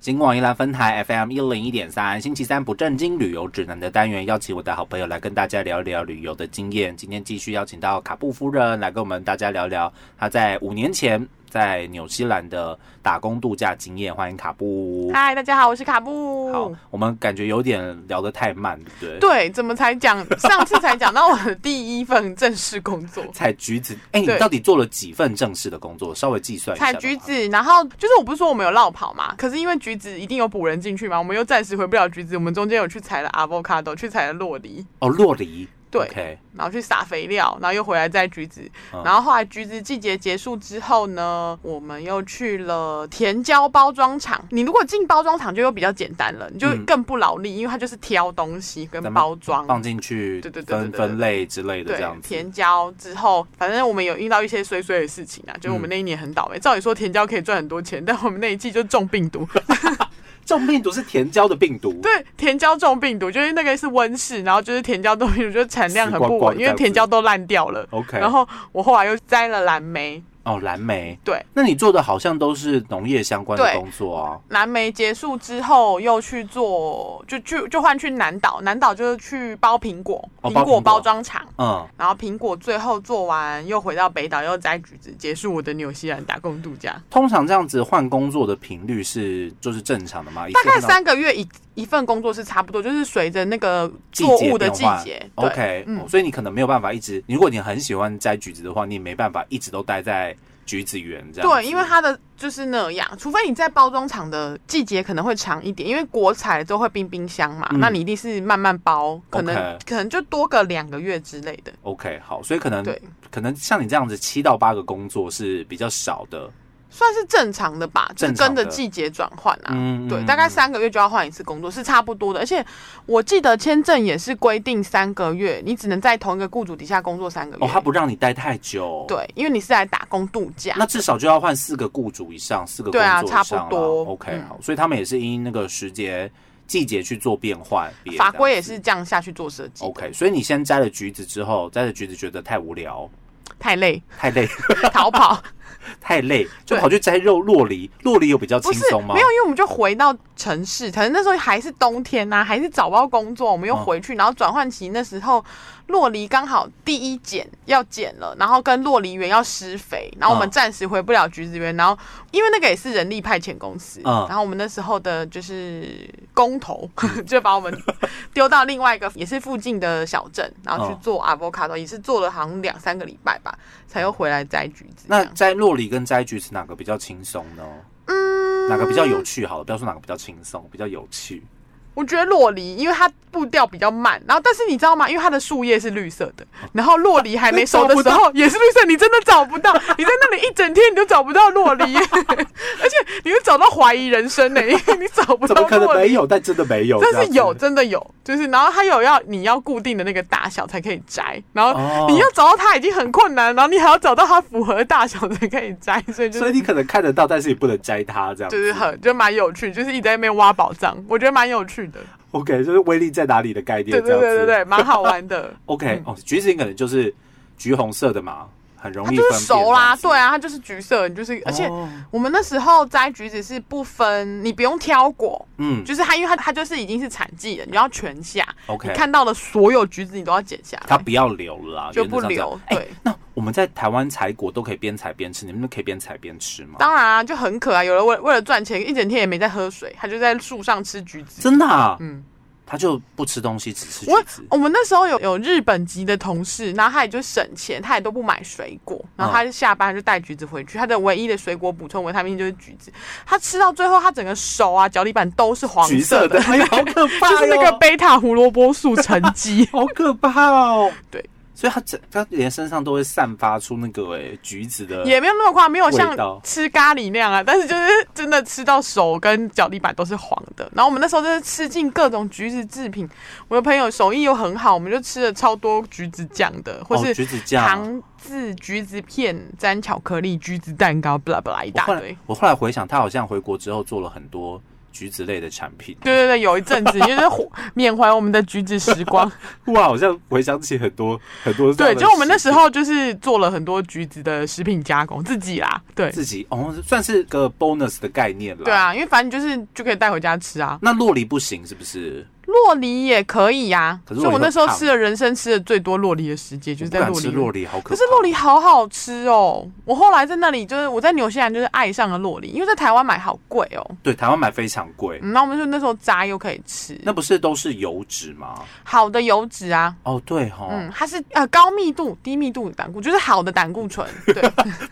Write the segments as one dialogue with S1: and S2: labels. S1: 金广宜兰分台 FM 一零一点三，星期三不正经旅游指南的单元，邀请我的好朋友来跟大家聊一聊旅游的经验。今天继续邀请到卡布夫人来跟我们大家聊聊她在五年前在纽西兰的打工度假经验。欢迎卡布。
S2: 嗨，大家好，我是卡布。
S1: 好，我们感觉有点聊得太慢，对不对？。
S2: 对，怎么才讲？上次才讲到我的第一份正式工作
S1: 采橘子，哎、你
S2: 对
S1: 到底做了几份正式的工作？稍微计算一下。
S2: 采橘。子，然后就是我不是说我们有绕跑嘛，可是因为橘子一定有补人进去嘛，我们又暂时回不了橘子，我们中间有去采了 avocado，去采了洛梨，
S1: 哦，洛梨。
S2: 对
S1: o k
S2: 然后去撒肥料，然后又回来摘橘子，
S1: 嗯
S2: 然后后来橘子季节结束之后呢，我们又去了甜椒包装厂。你如果进包装厂就又比较简单了，你就
S1: 嗯
S2: 更不劳力，因为它就是挑东西跟
S1: 咱们
S2: 包装。
S1: 放进去，
S2: 对对对对
S1: 分
S2: 对
S1: 分类之类的
S2: 对
S1: 这样，子。
S2: 甜椒之后，反正我们有遇到一些衰衰的事情啊，就是
S1: 嗯
S2: 我们那一年很倒霉。照理说甜椒可以赚很多钱，但我们那一季就中 病毒。
S1: 这种病毒是甜椒的病毒。
S2: 对，甜椒中病毒，就是那个是温室，然后就是甜椒中病毒，就是产量很
S1: 死
S2: 不
S1: 光光
S2: 稳，因为甜椒都烂掉了。
S1: ，OK。
S2: 然后我后来又摘了蓝莓，
S1: 哦，蓝莓。
S2: 对，
S1: 那你做的好像都是农业相关的
S2: 对
S1: 工作啊。
S2: 蓝莓结束之后又去做，就去就换去南岛，南岛就是去包苹果，
S1: 哦包苹果
S2: 包装厂。
S1: 嗯，
S2: 然后苹果最后做完，又回到北岛，又摘橘子，结束我的纽西兰打工度假。
S1: 通常这样子换工作的频率是就是正常的吗？一
S2: 大概
S1: 见到
S2: 三个月一一份工作是差不多，就是随着那个
S1: 季
S2: 作
S1: 节
S2: 物的
S1: 变
S2: 季
S1: 换
S2: 节。对
S1: OK，、
S2: 嗯
S1: 哦所以你可能没有办法一直，如果你很喜欢摘橘子的话，你也没办法一直都待在橘子园这样子。
S2: 对，因为它的就是那样，除非你在包装厂的季节可能会长一点，因为国采了之后会冰冰箱嘛，
S1: 嗯
S2: 那你一定是慢慢包，可能
S1: OK
S2: 可能就多个两个月之类的。
S1: OK 好，所以可能
S2: 对，
S1: 可能像你这样子七到八个工作是比较少的。
S2: 算是正常的吧，就是
S1: 正常
S2: 跟
S1: 的
S2: 着季节转换啊。
S1: 嗯
S2: 对，
S1: 嗯
S2: 大概
S1: 嗯
S2: 三个月就要换一次工作，是差不多的。而且我记得签证也是规定三个月，你只能在同一个雇主底下工作三个月。
S1: 哦，他不让你待太久。。
S2: 对，因为你是来打工度假。
S1: 那至少就要换四个雇主以上，四个工
S2: 对啊
S1: 作以
S2: 差
S1: 上
S2: 不
S1: 啦
S2: 多
S1: OK，、
S2: 嗯
S1: 好，所以他们也是因那个时节、季节去做变换。别
S2: 法规
S1: 这
S2: 也
S1: 样子哦
S2: 是这样下去做设计的
S1: OK，所以你先摘了橘子之后，摘了橘子觉得太无 聊、
S2: 太累，
S1: 太累、
S2: 逃跑
S1: 太累，就
S2: 对
S1: 跑去摘肉洛梨。洛梨有比较轻
S2: 不是
S1: 松吗
S2: 没？有，因为我们就回到城市，可能那时候还是冬天呐、还是找不到工作，我们又
S1: 嗯
S2: 回去，然后转换期那时候洛梨刚好第一剪要剪了，然后跟洛梨园要施肥，然后我们
S1: 嗯
S2: 暂时回不了橘子园，然后因为那个也是人力派遣公司，
S1: 嗯
S2: 然后我们那时候的就是工头 就把我们丢到另外一个也是附近的小镇，然后去
S1: 嗯
S2: 做 avocado，、也是做了好像两三个礼拜吧，才又回来摘橘子这
S1: 那
S2: 样。
S1: 摘洛梨跟摘橘子哪个比较轻松呢？嗯，哪个比较有趣？好了，不要说哪个比较轻松，比较有趣。
S2: 我觉得洛梨，因为它步调比较慢，然后但是你知道吗？因为它的树叶是绿色的，
S1: 哦
S2: 然后洛梨还 没熟的时候也是绿色，你真的找不到，你在那里一整天你都找不到洛 梨，而且你会找到怀疑人生呢、 因为你找不
S1: 怎
S2: 到
S1: 么可能
S2: 洛
S1: 没
S2: 梨。
S1: 有？但真的没有，
S2: 但是有，
S1: 这样子
S2: 真的有，就是然后它有要你要固定的那个大小才可以摘，然
S1: 哦
S2: 后你要找到它已经很困难，然后你还要找到它符合大小才可以 摘，所以就
S1: 所以
S2: 是
S1: 你可能看得到，但是你不能摘它，这样子
S2: 就是很就蛮有趣，就是一直在那边挖宝藏，我觉得蛮有趣的，
S1: OK，就是威力在哪里的概念，
S2: 对
S1: 这样
S2: 对
S1: 子。
S2: 对对对，蛮好玩的。
S1: OK，、哦，橘子可能就是橘红色的嘛，很容
S2: 它
S1: 易
S2: 就
S1: 分
S2: 是
S1: 辨
S2: 熟
S1: 这
S2: 啦，
S1: 样子
S2: 对啊，它就是橘色，你就是，而且
S1: 哦
S2: 我们那时候摘橘子是不分，你不用挑果，
S1: 嗯
S2: 就是它，因为它它就是已经是产季了，你要全下，
S1: ，OK，
S2: 你看到的所有橘子你都要剪下
S1: 它
S2: 来，
S1: 不要留了啦，
S2: 就不
S1: 原则上这样
S2: 留。
S1: 哎、
S2: 对，
S1: 那我们在台湾采果都可以边采边吃，你们可以边采边吃吗？
S2: 当然啊，就很可爱。有人为为了赚钱，一整天也没在喝水，他就在树上吃橘子。
S1: 真的、啊，
S2: 嗯，
S1: 他就不吃东西，只吃橘
S2: 我
S1: 子。
S2: 我们那时候有有日本籍的同事，然后他也就省钱，他也都不买水果，
S1: 嗯
S2: 然后他就下班就带橘子回去，他的唯一的水果补充维他命就是橘子，他吃到最后，他整个手啊、脚底板都是黄
S1: 橘色
S2: 的
S1: 的，，哎呀，好可怕、
S2: 就
S1: 哦！。
S2: 是那个贝塔胡萝卜素沉积
S1: 好可怕哦。
S2: 对，
S1: 所以它整它连身上都会散发出那个哎、橘子的。
S2: 也没有那么夸张，没有像
S1: 味道
S2: 吃咖喱那样啊，但是就是真的吃到手跟脚底板都是黄的。然后我们那时候就是吃尽各种橘子制品，我的朋友手艺又很好，我们就吃了超多橘子酱的，或
S1: 哦、
S2: 是
S1: 橘子酱，
S2: 糖渍橘子片沾巧克力、橘子蛋糕，bla bla 一
S1: 我
S2: 大
S1: 后来
S2: 堆。
S1: 我后来回想，他好像回国之后做了很多橘子类的产品。
S2: 对对对，有一阵 子就是缅缅怀我们的橘子时光。
S1: 哇，好像回想起很多很多这样
S2: 对，
S1: 的
S2: 就我们那
S1: 事
S2: 时候就是做了很多橘子的食品加工，自己啦，对
S1: 自己哦，算是个 bonus 的概念啦。
S2: 对，啊，因为反正就是就可以带回家吃啊，
S1: 那洛梨不行是不是？
S2: 洛梨也可以呀、
S1: 可是
S2: 所
S1: 洛
S2: 以
S1: 梨
S2: 我那
S1: 会
S2: 时候
S1: 胖
S2: 吃了人生吃的最多洛梨的时节，就
S1: 我
S2: 是
S1: 不
S2: 在
S1: 敢
S2: 洛
S1: 吃
S2: 梨。
S1: 洛梨，好可怕。
S2: 可是洛梨好好吃哦！我后来在那里，就是我在纽西兰就是爱上了洛梨，因为在台湾买好贵哦。
S1: 对台湾买非常贵，
S2: 嗯，那我们就那时候炸又可以吃，
S1: 那不是都是油脂吗？
S2: 好的油脂啊，
S1: 哦，对哈，
S2: 嗯，它是呃高密度、低密度的胆固，就是好的胆固 醇，对，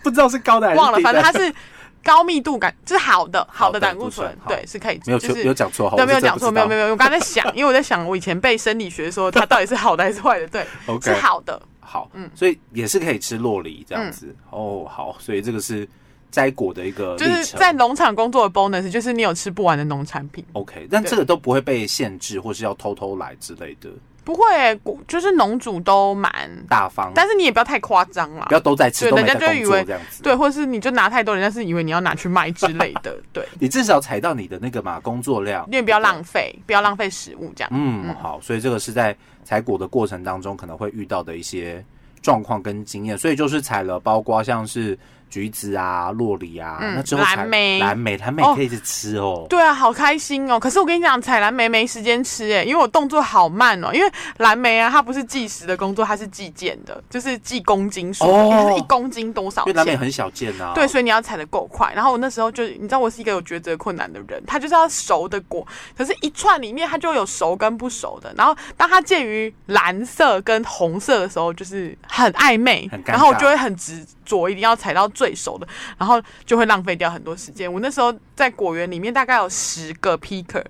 S1: 不知道是高的还是
S2: 忘了，
S1: 低的
S2: 反正它是高密度感，就是好的好的胆固
S1: 好
S2: 醇
S1: 胆固，醇
S2: 对，是可以，
S1: 没有
S2: 就
S1: 错
S2: 是
S1: 没有讲错哈，
S2: 对，没有讲错，没有没
S1: 有
S2: 有没有，我刚才在 想，因为我在想我以前背生理学说它到底是好的还是坏的，对，
S1: OK
S2: 是好的，
S1: 好，
S2: 嗯
S1: 所以也是可以吃洛梨这样子哦，好，所以这个是摘果的一个
S2: 就
S1: 历
S2: 是
S1: 程
S2: 在。农场工作的 bonus 就是你有吃不完的农产品，
S1: OK，但
S2: 对
S1: 这个都不会被限制，或是要偷偷来之类的，
S2: 不会欸、果就是农主都蛮，
S1: 大方，
S2: 但是你也不要太夸张啦
S1: 嗯不。要都在吃，
S2: 对
S1: 都没在
S2: 人家就
S1: 工
S2: 以
S1: 作
S2: 为
S1: 这样子。
S2: 对，或是你就拿太多，人家是以为你要拿去卖之类的， 对，
S1: 你至少踩到你的那个嘛工作量，
S2: 因为不要浪费，不要浪费食物这样。
S1: 嗯，好，所以这个是在采果的过程当中可能会遇到的一些状况跟经验，所以就是采了包括像是橘子啊、洛梨啊，
S2: 嗯
S1: 那之后采
S2: 蓝莓
S1: 蓝莓、蓝莓
S2: 哦
S1: 可以一直吃哦。
S2: 对啊，好开心哦！可是我跟你讲，采蓝莓没时间吃诶，因为我动作好慢哦。因为蓝莓啊，它不是计时的工作，它是计件的，就是计公斤数的，
S1: 哦
S2: 因为它是一公斤多少
S1: 因为蓝莓
S2: 钱？
S1: 很小见啊，
S2: 对，所以你要采的够快。然后我那时候就，你知道我是一个有抉择困难的人，它就是要熟的果，可是一串里面它就有熟跟不熟的。然后当它介于蓝色跟红色的时候，就是很暧昧
S1: 很，尴尬
S2: 然后我就会很执着，一定要采到最熟的，然后就会浪费掉很多时间。我那时候在果园里面大概有十个 picker，、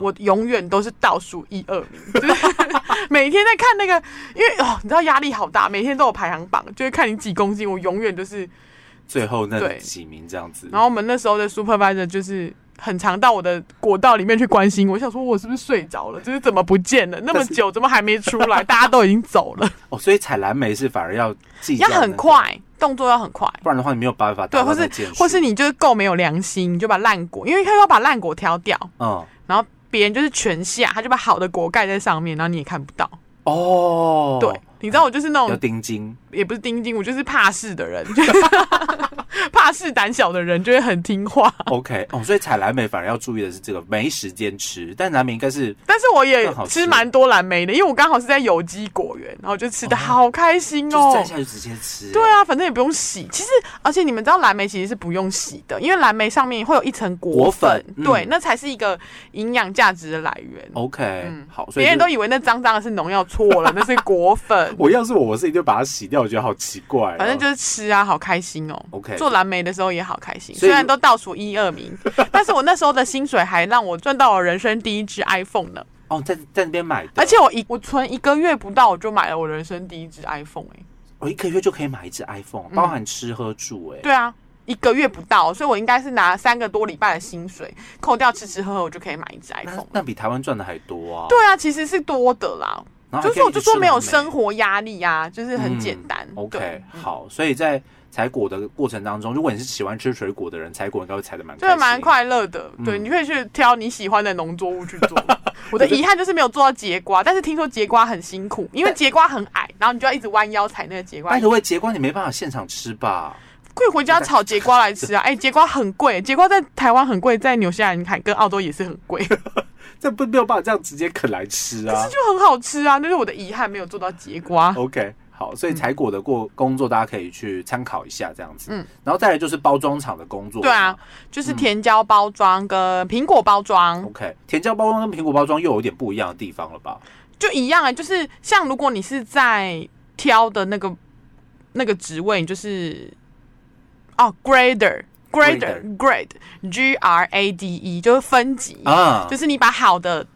S2: 我
S1: 嗯
S2: 永远都是倒数一二名，就是 每天在看那个，因为哦，你知道压力好大，每天都有排行榜，就会看你几公斤，我永远就是。
S1: 最后那
S2: 对
S1: 几名这样子。
S2: 然后我们那时候的 supervisor 就是很常到我的国道里面去关心我，我想说我是不是睡着了，就是怎么不见了那么久，怎么还没出来？大家都已经走了，
S1: 哦，所以采蓝莓是反而要计较
S2: 要
S1: 那个
S2: 很，快，动作要很快。
S1: 不然的话你没有办法
S2: 对，
S1: 达到
S2: 或
S1: 那
S2: 是
S1: 个健
S2: 或是
S1: 数
S2: 你就是够没有良心，你就把烂果，因为他要把烂果挑掉，
S1: 嗯
S2: 然后别人就是全下，他就把好的果盖在上面，然后你也看不到。
S1: 哦，
S2: 对，你知道我就是那
S1: 要
S2: 种
S1: 盯紧，
S2: 也不是钉钉，我就是怕事的人，就是 怕事胆小的人就会很听话。
S1: OK 哦，所以采蓝莓反而要注意的是这个没时间吃，但蓝莓应该是
S2: 但是我也
S1: 更好吃
S2: 吃蛮多蓝莓的，因为我刚好是在有机果园，然后就吃的好开心
S1: 哦就是
S2: 哦
S1: 摘。下就直接吃，
S2: 对啊，反正也不用洗。其实，而且你们知道蓝莓其实是不用洗的，因为蓝莓上面会有一层
S1: 果
S2: 果
S1: 粉
S2: 粉，
S1: 嗯
S2: 对，那才是一个营养价值的来源。
S1: ，OK，、好，所以
S2: 嗯别人
S1: 就是
S2: 都以为那脏脏的是农药，错了，那是 果粉。
S1: 我要是我，我是一定把它洗掉，我觉得好奇怪哦、
S2: 反正就是吃啊，好开心哦。
S1: OK
S2: 做蓝莓的时候也好开心，哦
S1: 所以
S2: 虽然都倒数一二名，但是我那时候的薪水还让我赚到了人生第一支 iPhone 呢。
S1: 哦，在在那边买的，
S2: 而且我一我存一个月不到，我就买了我人生第一只 iPhone 哎、
S1: 我一个月就可以买一只 iPhone，包含吃喝住、哎、
S2: 嗯对啊，一个月不到，所以我应该是拿三个多礼拜的薪水，扣掉吃吃喝喝，我就可以买一只 iPhone
S1: 那
S2: 了。
S1: 那比台湾赚的还多啊。
S2: 对啊，其实是多的啦，
S1: 然后还可以
S2: 就是我就说没有生
S1: 一直
S2: 活压力啊，就是
S1: 吃蓝莓
S2: 很简单。
S1: 嗯 OK，
S2: 对
S1: 好，所以在采果的过程当中，如果你是喜欢吃水果的人，采果应该会采的蛮
S2: 就是
S1: 开
S2: 蛮
S1: 心。
S2: 快乐的，对，
S1: 嗯
S2: 你可以去挑你喜欢的农作物去 做。我的遗憾就是没有做到节瓜，但是听说节瓜很辛苦，因为节瓜很矮，然后你就要一直弯腰踩那个节瓜
S1: 拜，托喂，节瓜你没办法现场吃吧？
S2: 可以回家炒节瓜来吃啊！哎、节瓜很贵，节瓜在台湾很贵，在纽西兰海跟澳洲也是很贵，可
S1: 这不没有办法这样直接啃来吃啊哦
S2: 是。就很好吃啊！那是我的遗憾，没有做到节瓜。
S1: OK，好，所以采果的过工作大家可以去参考一下这样子。
S2: 嗯，
S1: 然后再来就是包装厂的工作。
S2: 对啊，就是甜椒包装跟苹果包装、
S1: OK，甜椒包装跟苹果包装又有一点不一样的地方了吧？
S2: 就一样啊、就是像如果你是在挑的那个那个职位，你就是哦，grader
S1: Grader
S2: grader grade g r a d e 就是分级，
S1: 啊，
S2: 就是你把好的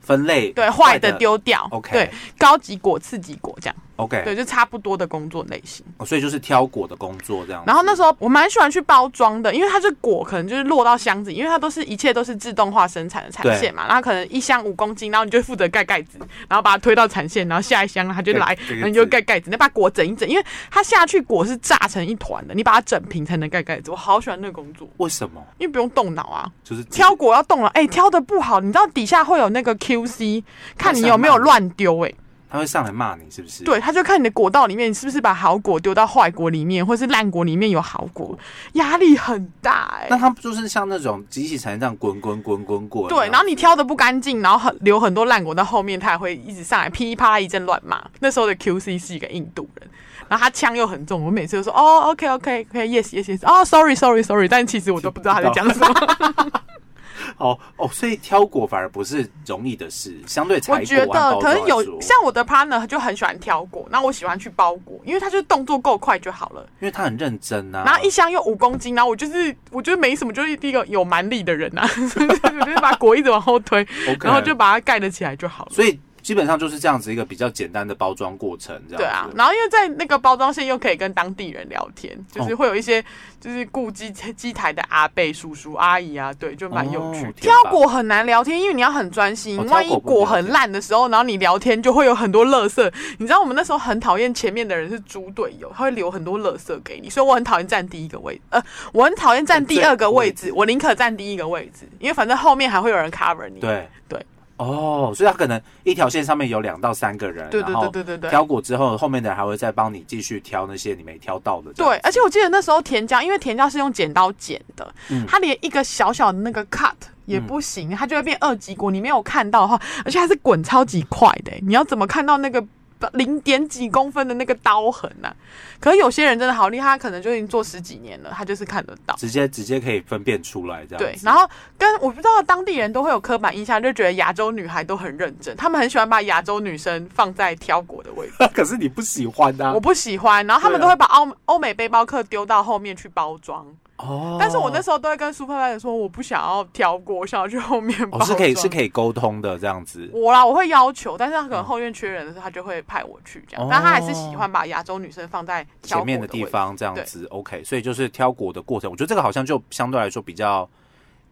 S1: 分类
S2: 对坏的。丢掉
S1: OK
S2: 对高级果次级果这样。
S1: OK，
S2: 对，就差不多的工作类型。
S1: 哦所以就是挑果的工作这样子。
S2: 然后那时候我蛮喜欢去包装的，因为它是果，可能就是落到箱子，因为它都是一切都是自动化生产的产线嘛。然后可能一箱五公斤，然后你就负责盖盖子，然后把它推到产线，然后下一箱它就来
S1: 盖，
S2: 然后你就盖盖子，你把果整一整，因为它下去果是炸成一团的，你把它整平才能盖盖子。我好喜欢那个工作，
S1: 为什么
S2: 因为不用动脑啊，
S1: 就是
S2: 挑果要动脑，哎、挑的不好，你知道底下会有那个 QC，看你有没有乱丢、哎。
S1: 他会上来骂你是不是？，
S2: 对，他就看你的果道里面，你是不是把好果丢到坏果里面，或是烂果里面有好果，压力很大哎、
S1: 那他不就是像那种机器产业这样滚滚滚滚滚？
S2: 对，然后你挑的不干净，然后很留很多烂果到后面，他也会一直上来噼里啪啦一阵乱骂。那时候的 QC 是一个印度人，然后他腔又很重，我每次都说哦，OK OK OK，Yes Yes Yes，哦，Sorry Sorry Sorry，但其实我都不知道他在讲什么。
S1: 哦哦，所以挑果反而不是容易的事，相对采
S2: 我
S1: 果
S2: 觉得
S1: 和包装
S2: 可能有
S1: 来说
S2: 像我的 partner 就很喜欢挑果，那我喜欢去包果，因为他就动作够快就好了。
S1: 因为他很认真啊。
S2: 然后一箱又五公斤，然后我就是我觉得没什么，就是一个有蛮力的人呐、啊， 所以我就是把果一直往后推，
S1: OK
S2: 然后就把它盖得起来就好了。
S1: 所以基本上就是这样子一个比较简单的包装过程，这样子
S2: 对啊，然后因为在那个包装线又可以跟当地人聊天，就是
S1: 哦
S2: 会有一些就是顾机机台的阿贝、叔叔、阿姨啊，对，就蛮有趣的
S1: 哦。
S2: 挑
S1: 天吧
S2: 果很难聊天，因为你要很专心，
S1: 哦挑
S2: 万一
S1: 果不
S2: 果
S1: 能
S2: 很烂的时候，然后你聊天就会有很多垃圾。你知道我们那时候很讨厌前面的人是猪队友，他会留很多垃圾给你，所以我很讨厌占第一个位置，呃，我很讨厌占第二个位置，我宁可占第一个位置，因为反正后面还会有人 cover 你。
S1: 对
S2: 对。
S1: 哦，所以他可能一条线上面有两到三个人，
S2: 对对
S1: 然后
S2: 对对对对
S1: 挑果之后，后面的人还会再帮你继续挑那些你没挑到的。这样
S2: 对，而且我记得那时候甜椒，因为甜椒是用剪刀剪的，
S1: 嗯
S2: 它连一个小小的那个 cut 也不行，它就会变二级果。你没有看到的话，而且它是滚超级快的、你要怎么看到那个零点几公分的那个刀痕呢、可是有些人真的好厉害，他可能就已经做十几年了，他就是看得到。
S1: 直接直接可以分辨出来这样子。
S2: 对，然后跟我不知道当地人都会有刻板印象，就觉得亚洲女孩都很认真，他们很喜欢把亚洲女生放在挑果的位置。
S1: 可是你不喜欢啊
S2: 我。不喜欢，然后他们
S1: 对
S2: 都
S1: 啊
S2: 会把欧欧美背包客丢到后面去包装。
S1: 哦
S2: 但是我那时候都会跟 supervisor 说，我不想要挑过，我想要去后面包
S1: 哦
S2: 装。
S1: 是可以是可以沟通的这样子。
S2: 我啦，我会要求，但是他可能后院缺人的时候，他就会派我去这样。
S1: 哦
S2: 但他还是喜欢把亚洲女生放在
S1: 前
S2: 挑过
S1: 面的
S2: 的
S1: 地
S2: 位置。
S1: 方这样子，OK，所以就是挑果的过程，我觉得这个好像就相对来说比较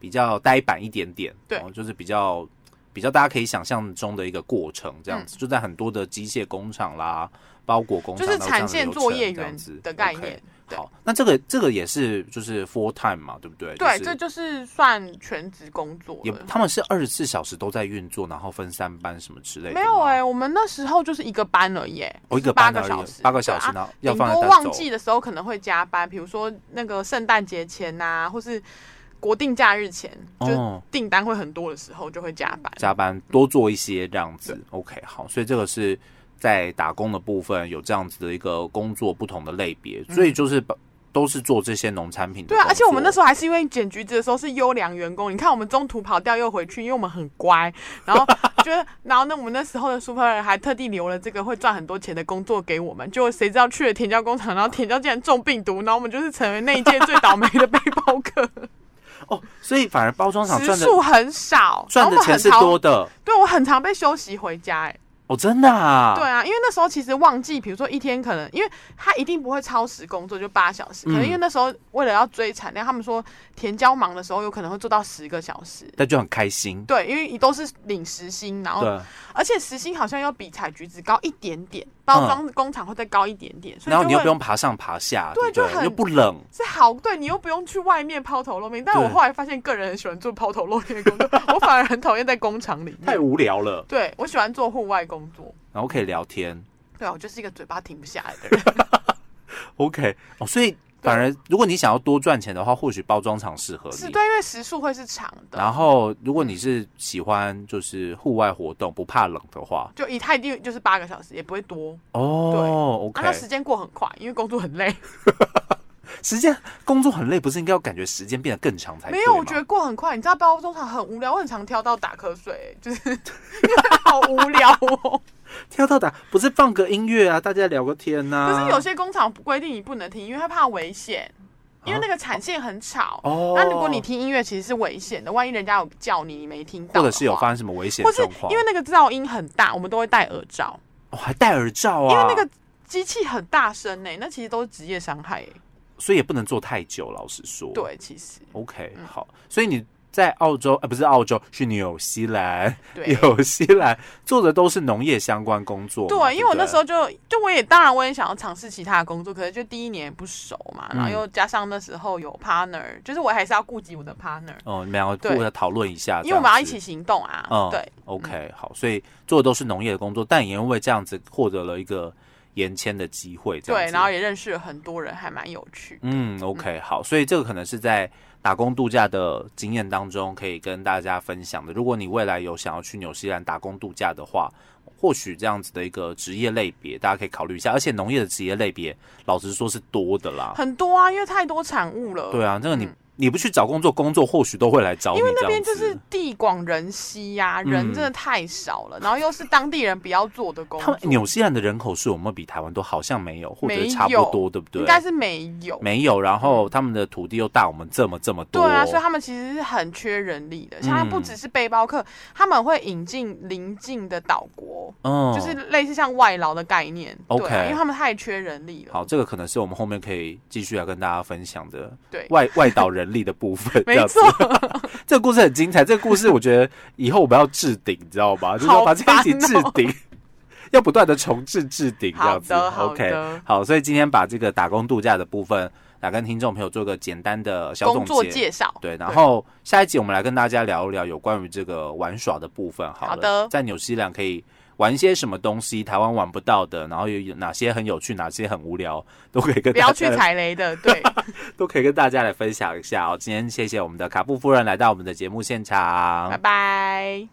S1: 比较呆板一点点，
S2: 对
S1: 哦就是比较比较大家可以想象中的一个过程，这样子、就在很多的机械工厂啦、包裹工
S2: 嗯就
S1: 厂，
S2: 是产线作业员的概
S1: o k
S2: 念。对
S1: 好，那这个这个也是就是 full time 嘛，对不对？
S2: 对，
S1: 就
S2: 这呃
S1: 是
S2: 就是算全职工作
S1: 也
S2: 了。
S1: 他们是二十四小时都在运作，然后分三班什么之类的吗。
S2: 没有哎、
S1: 哦，
S2: 我们那时候就是一个班而已、欸，
S1: 我一个
S2: 八
S1: 班
S2: 个
S1: 而
S2: 小
S1: 已，
S2: 时，
S1: 八个小时，
S2: 对啊
S1: 然后要
S2: 顶
S1: 放
S2: 多
S1: 在
S2: 旺
S1: 带走。
S2: 季的时候可能会加班，比如说那个圣诞节前呐、或是国定假日前，就
S1: 哦
S2: 订单会很多的时候就会加班。
S1: 加班多做一些这样子。OK，好，所以这个是在打工的部分有这样子的一个工作不同的类别，所以就是把都是做这些农产品的
S2: 嗯对
S1: 工作。
S2: 啊，而且我们那时候还是因为捡橘子的时候是优良员工，你看我们中途跑掉又回去，因为我们很乖，然后 觉得，然后呢，我们那时候的 super 人还特地留了这个会赚很多钱的工作给我们，结果谁知道去了甜椒工厂，然后甜椒竟然中病毒，然后我们就是成为那一届最倒霉的背包客，
S1: 哦，所以反而包装厂
S2: 时
S1: 赚的
S2: 数很少，
S1: 赚的
S2: 然后我们
S1: 钱
S2: 很
S1: 是
S2: 常
S1: 多的
S2: 对我很常被休息回家、欸，
S1: 哦，真的啊，
S2: 对啊，因为那时候其实旺季，比如说一天可能，因为他一定不会超时工作，就八小时。可能因为
S1: 嗯
S2: 那时候为了要追产量，他们说田椒忙的时候有可能会做到十个小时。
S1: 但就很开心。
S2: 对，因为你都是领时薪，然后
S1: 对，
S2: 而且时薪好像要比采橘子高一点点，包装工厂会再高一点点，所以
S1: 嗯然后你
S2: 就
S1: 又
S2: 会
S1: 不用爬上爬下，对
S2: 对就
S1: 不
S2: 很
S1: 对，又不冷，
S2: 是好，对你又不用去外面抛头露面。但我
S1: 对
S2: 后来发现，个人很喜欢做抛头露面的工作，我反而很讨厌在工厂里
S1: 太
S2: 面。
S1: 无聊了。
S2: 对我喜欢做户外工作，
S1: 然后可以聊天
S2: 对啊，我就是一个嘴巴停不下来 的人。
S1: ，OK，哦，所以反而如果你想要多赚钱的话，或许包装厂适合你。
S2: 是对，因为时速会是长的，
S1: 然后，如果你是喜欢就是户外活动不怕冷的话，
S2: 就一它一定就是八个小时，也不会多。
S1: 哦
S2: 啊，
S1: ，OK，、
S2: 那时间过很快，因为工作很累。
S1: 时间工作很累，不是应该要感觉时间变得更长才对
S2: 没有，
S1: 吗
S2: 我觉得过很快。你知道包中场很无聊，我很常挑到打瞌睡，欸就是 好无聊 哦。
S1: 跳到打不是放个音乐啊，大家聊个天呐、
S2: 可是有些工厂不规定你不能听，因为他怕危险，因为那个产线很吵。
S1: 哦，
S2: 那如果你听音乐，其实是危险的，万一人家有叫你，你没听
S1: 或
S2: 到的话，
S1: 者是有发生什么危险
S2: 或是
S1: 状况，
S2: 因为那个噪音很大，我们都会戴耳罩。
S1: 哦，还戴耳罩
S2: 因为
S1: 啊，
S2: 那个机器很大声呢、那其实都是职业伤害、欸。
S1: 所以也不能做太久，老实说。
S2: 对，嗯其实
S1: ，OK，好，所以你在澳洲，呃，不是澳洲，是纽西兰，
S2: 对
S1: 纽西兰做的都是农业相关工作嘛。
S2: 对，因为我
S1: 不
S2: 那时候就就我也当然我也想要尝试其他的工作，可是就第一年也不熟嘛，然
S1: 嗯
S2: 后又加上那时候有 partner，就是我还是要顾及我的 partner，
S1: 哦，你们两个
S2: 对
S1: 过来讨论一下，
S2: 因为我们要
S1: 啊
S2: 一
S1: 这样子
S2: 起行动啊。
S1: 嗯
S2: 对，
S1: OK，好，所以做的都是农业的工作，但也因为这样子获得了一个延签的机会，这样
S2: 对，
S1: 子
S2: 然后也认识了很多人，还蛮有趣。
S1: 嗯，OK，好，所以这个可能是在打工度假的经验当中可以跟大家分享的。如果你未来有想要去纽西兰打工度假的话，或许这样子的一个职业类别，大家可以考虑一下。而且农业的职业类别，老实说是多的啦。
S2: 很多啊，因为太多产物了。
S1: 对啊，这个你、
S2: 嗯
S1: 你不去找工作，工作或许都会来找你
S2: 因为那
S1: 这样
S2: 边
S1: 子。
S2: 就是地广人稀呀、人真的太少了，然后又是当地人比较做的工
S1: 嗯他
S2: 作
S1: 们，纽西兰的人口数有没有比台湾多？好像没有，或者
S2: 没
S1: 是差不
S2: 有
S1: 多，对不对？
S2: 应该是没有。
S1: 没有。然后他们的土地又大我们这么这么
S2: 对
S1: 多，嗯
S2: 啊，所以他们其实是很缺人力的。像他不只是背包客，他们会引进邻近的岛国，
S1: 嗯，
S2: 就是类似像外劳的概念。
S1: OK
S2: 对啊、因为他们太缺人力了。
S1: 好，这个可能是我们后面可以继续来跟大家分享的
S2: 对，
S1: 外外岛人力的部 分。这
S2: 没
S1: 样子
S2: 错，，
S1: 这个故事很精彩。这个故事我觉得以后我们要置顶，你知道 吗？就是要把这一集置顶， 要不断的重置置顶这样子。
S2: 哦好的好
S1: OK，
S2: 的
S1: 好，所以今天把这个打工度假的部分来跟听众朋友做个简单的小
S2: 工
S1: 总
S2: 作
S1: 结。
S2: 介 绍。
S1: 对，然后下一集我们来跟大家聊一聊有关于这个玩耍的部分好了。
S2: 好的
S1: 在纽西兰可以玩一些什么东西，台湾玩不到的，然后有哪些很有趣，哪些很无聊，都可以跟
S2: 不要
S1: 大
S2: 去
S1: 家来
S2: 踩雷的， 对，
S1: 都可以跟大家来分享一下哦。今天谢谢我们的卡布夫人来到我们的节目现场，
S2: 拜拜。